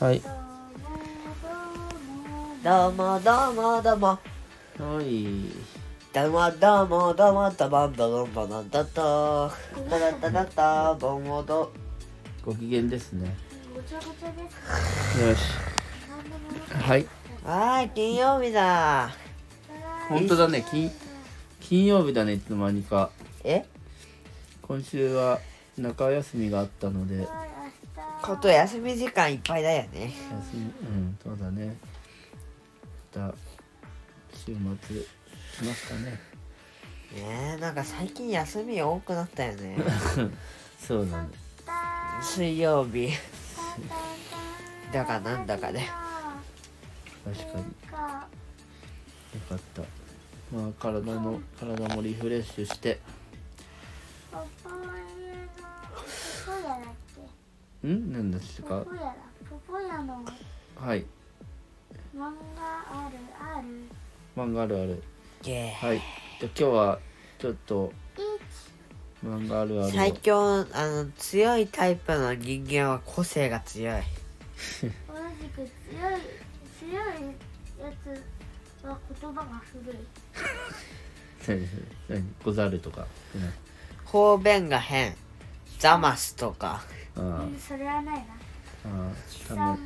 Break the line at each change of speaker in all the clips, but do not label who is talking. はい
どうもどうもどうも
はい
どうもどうもどうもどうもどうもどうもどうもだだだだだどうもど
ご機嫌ですね
ごちゃごちゃです。
よし
なんでもなく
はい
はーい金曜日だ
本当だね金金曜日だねいつの間にか
え
今週は中休みがあったので休
こと休み時間いっぱいだよね
みうんそうだねまた週末来ましたね
ねえなんか最近休み多くなったよね
そうなんだ
水曜日だかなんだかで、ね、
確かに
か
よかったまあ体の体もリフレッシュして
パパは家のポポヤだっけ
ん何です
ポ
か
ポヤだポポヤの
はい
漫画あるある
漫画あるある
ゲー
はいじゃあ今日はちょっと漫画あるあるを
最強あの強いタイプの人間は個性が強い
同じく強い強いやつは言葉が古い
何何ござるとか
方便が変ザマスとか
あ
うんそれはない
あ
な
あ
貴
あ多
様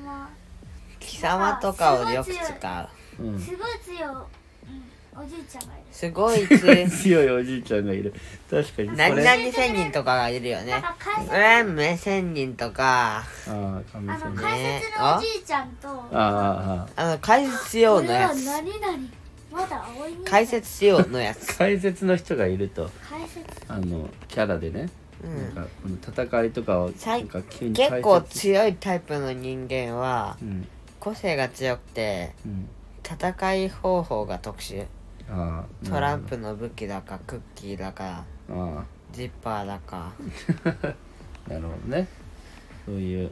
貴様とかをよく使う
分うん
すごい強い、うん、おじいちゃんがいる
すごい強い
強いおじいちゃんがいる確かにそ
何
れあ
々仙人とかがいるよ
なん
ね
か解説
え目仙人とか
あ神
あ
様あ
の解説のおじいちゃんと
あああ
あの解説しようの
俺
や
は
つ
何々まだ葵に
解説しようのやつ
解説の人がいると
解説
あのキャラでね、
うん
なんかこの戦いとかを
さ
ないんか急に解説
結構強いタイプの人間は
うん
個性が強くて
うん
戦い方法が特殊
ああ
トランプの武器だかクッキーだか
あ
ジッパーだか
あなるほどねそういう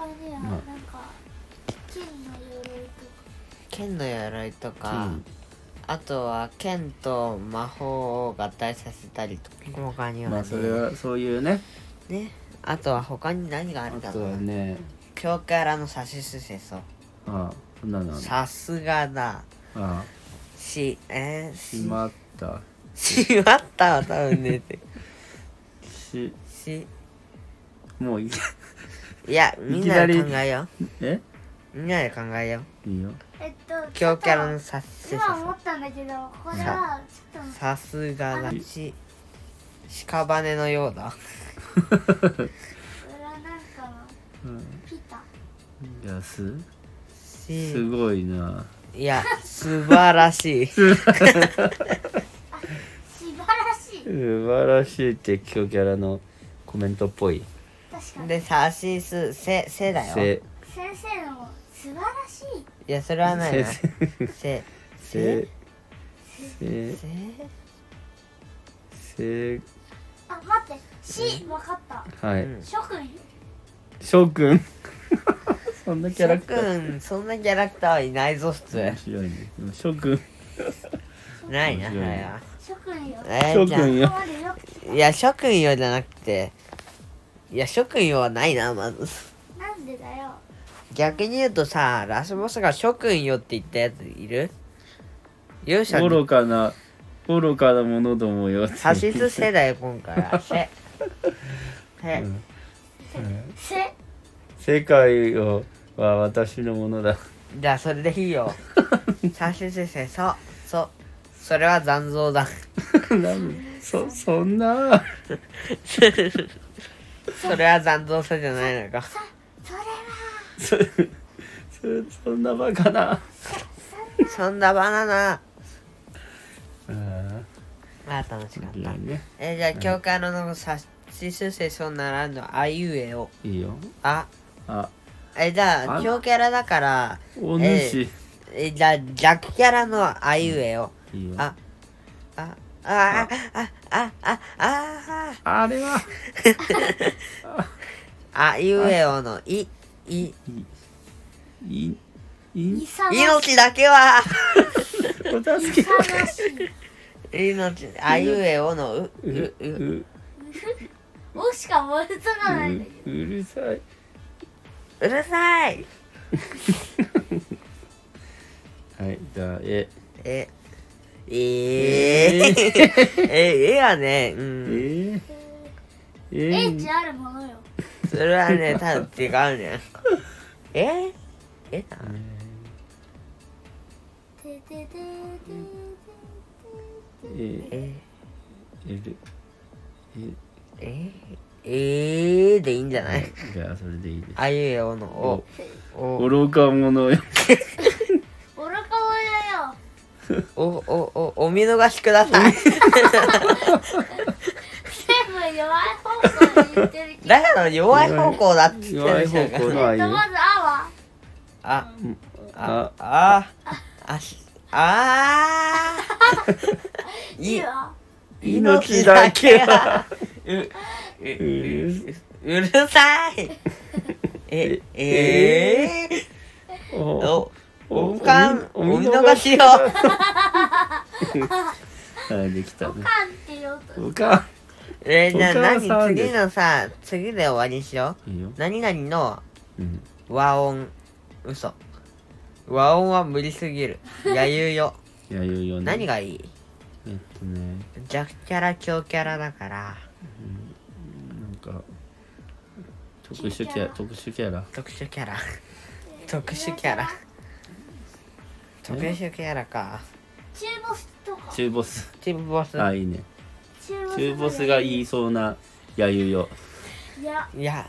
あれや、
まあ
なんか金の鎧とか
剣の鎧とか、
うん
あとは剣と魔法を合体させたりとか他にはね,、
まあそれはそういうね
ねあとは他に何があ
あ
るだ
と
ろ
は
う
ね
強キャラの指しすせそ
ああそんなのある
さすがだ
ああ
しえー、
し
し
まった
しまったは多分ね て
し
し
もういい
いやみんなで考えよ
え
うみんなで考えよう
いいよ
えっと
強キャラの
ちょ
指
っ
しす
と
せ
今思
そ
ったんだけどこれはちょっ
さすがだし屍のようだ
と裏なんか
うん
ピタ
いやす
し
すごいない
や素晴らしい
素晴らしい
素晴らしいって今日キャラのコメントっぽい
確かに
で指しすせせだよ
せ
先生のも素晴らしい
いやそれはないな
せ
せ
せ
せ
せ
せ
せ
あ待ってしわかった
は
う
い
ん
諸君
翔くん そんなキャラ
諸
クター
君そんなキャラクターはいないぞ普通
面白いねでも翔くん
ないなそ
面白い
れは
諸君よ
え
翔
ー、
くん
じ
よ
ここまでよ
ゃあいや諸君よじゃなくていや諸君よはないなまず
なんでだよ
逆に言うとさラスボスが諸君よって言ったやついる勇者に
愚かな愚かなものどもよって
指しすせだよ今回はせせ、
うん
せ
世界をは私のものだ
じゃあそれでいいよ指しすせそそそれは残像だ
なんそそんな
それは残像さじゃないのか
さそれは
そ そそんなバカな
そんなバナナ
うん
あー楽しかっ
い
た
やね
えーじゃあ今日からのさしすせそならぬあいうえお
いいよ
あ
あ
えーじゃあ
あ
強キャラだから
お主、
えーじゃあ弱キャラのあいうえお
いいよ
あああああああ
あれは
ああいうえおのいい
いいいい
勇まし
命だけは
お助け
勇ましい
命あいうえおのううう
うう
おしかもうつがないんだけど
うるさいう
るさい
はいじゃあえ
えええー、ええやね
え
うん
ー、え
英
ー
知あるものよ
それはね多分違うねええな
ててててて
え
え
える
えええでいいんじゃない
じゃあそれでいいです
あいうえおのおお
愚か者よ
愚か者よ
おおおお見逃しください
全部弱い方向に言ってるけ
だから弱い方向だって言って
弱
る
い
じ
方
ゃん
向の
ど
愛よ
まずあ
ああ
あ
ああしあー
はい
い
いわ
命だけはうう
うる
うるさ いえええ
お
おおかんお見逃しよ
はいできた
お
ね
かんって言おうと
おか
えーじゃあ
お母さ
何
んで
次のさ次で終わりにしよ
んいいよ
う何々の
うん
和音嘘和音は無理すぎるやゆうよ
いや言うよね
何がいい
えっとね
弱キャラ強キャラだから
なんか特殊キャラ特殊キャラ
特殊キャラ特殊キャラ特殊キャラか
中ボスとか
中ボス
チームボス、
あいいね
中ボス
中ボスが言いそうなやゆうよ
や
いや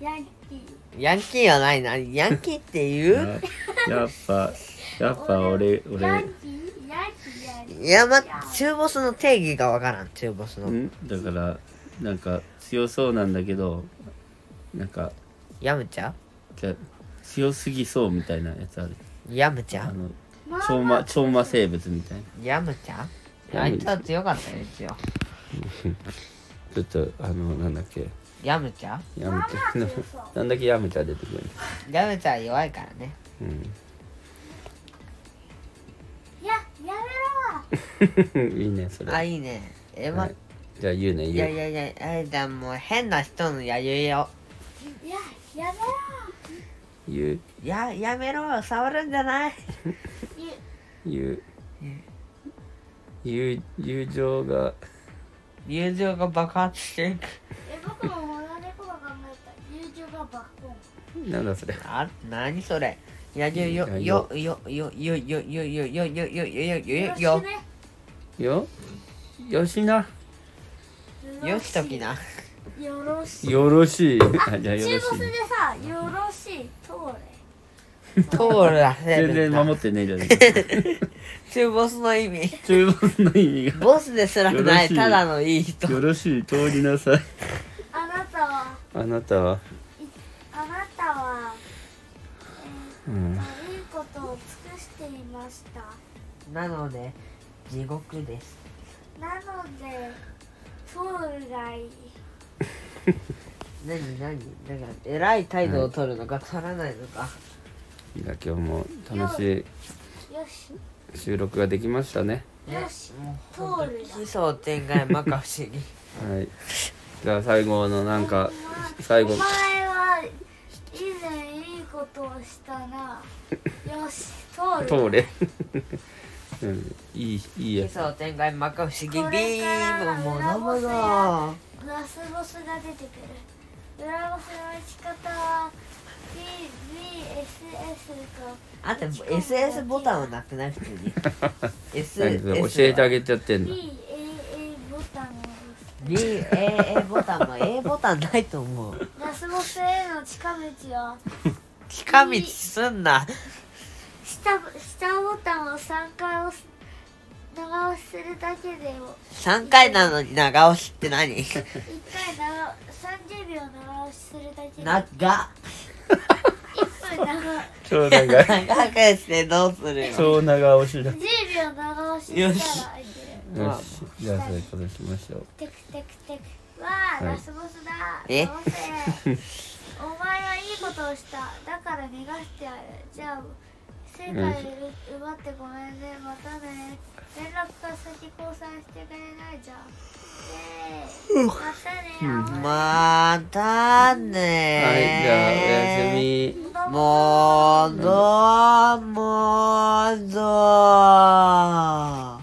ヤンキー
ヤンキーはないなヤンキーっていう
ややっぱやっぱ俺
ヤ
俺
ンキーヤンキーやる
いやま中ボスの定義がわからん中ボスの
んだからなんか強そうなんだけどなんか
ヤムチャ
じゃ強すぎそうみたいなやつある
ヤムチ
あ
ャ
の
まあ
超
ま
魔超魔生物みたいな
ヤムチャあいつは強かったよ一応
ちょっとあのなんだっけ
ヤムチャ
ヤムチ
まあまあ強
ャ
そう
なんだっけヤムチャ出てくる
ヤムチャは弱いからね
あややめ
うん いいねそれ
あいいねえま、
はいじゃあ言うね
いや
言
いうやいやあいじゃんもう変な人のやゆいよ
ろややめ
言う
ややめろ触るんじゃない
ろゆ
言う友友情が
友情が爆発していく
え僕もモラネコが考えた友情がバッコン
なんだそれ
あ、なにそれ。やゆよ
や
よよよよよよよよよよよよよ
よ
よ
よよしな
ろ
よしときな。
よろしい
よろしいあじゃあよ
中
ろし
ボスで
い
さよろしい通
通らせ
全
る
然
んだ。
守ってねえじゃね えか
中ボスの意味。
中盤の意味が
ボスですらな
よろ
い、
しい
ただのいい人。
よろしい通りなさい
れあなたは
あなたは、
あなたは
うん、
いいことを尽くしていました
なので、地獄です。
なので通らい
なになにだから、偉い態度を取るのか、取らないのか。
じゃあ今日も楽し
よし
い収録ができましたね
ね
よし
もう
通る
奇想天外、摩訶不思議。
はいじゃあ最後のなんか最
お
後
前は以前いいことをしたなよし通る
通れ、 うん、いいいいや
奇想天外、摩訶不思議。ビーム、もの
こ
も
れから
の
は。ラスボスが出てくる裏ボスの打ち方は BBSS
あんた SS ボタンはなくない普通 に S
なんか教えてあげちゃってん
と
の
BAA ボタン
BAA ボタ
を
ンも A ボタンないと思う
ラスボスへの近道は
近道すんな
下下ボタンを3回押す長押しするだけでも
3回なのに長押しって何
1回長30秒長押しするだけで
長っ
1分長
超長 い
長くしてどうするよ
超長押しだ
10秒長押ししたら
よ
い
し
ける
よしじゃあそれからしましょう
テクテクテクわあ、
はい
ラスボスだ
え
どうせお前はいいことをしただから逃がしてやるじゃあ世界を奪ってごめんねまたね連絡が先交際してくれないじゃんねえまたね、
は
また
青い
いじゃあおやす
ね
み
バイバ
もどもど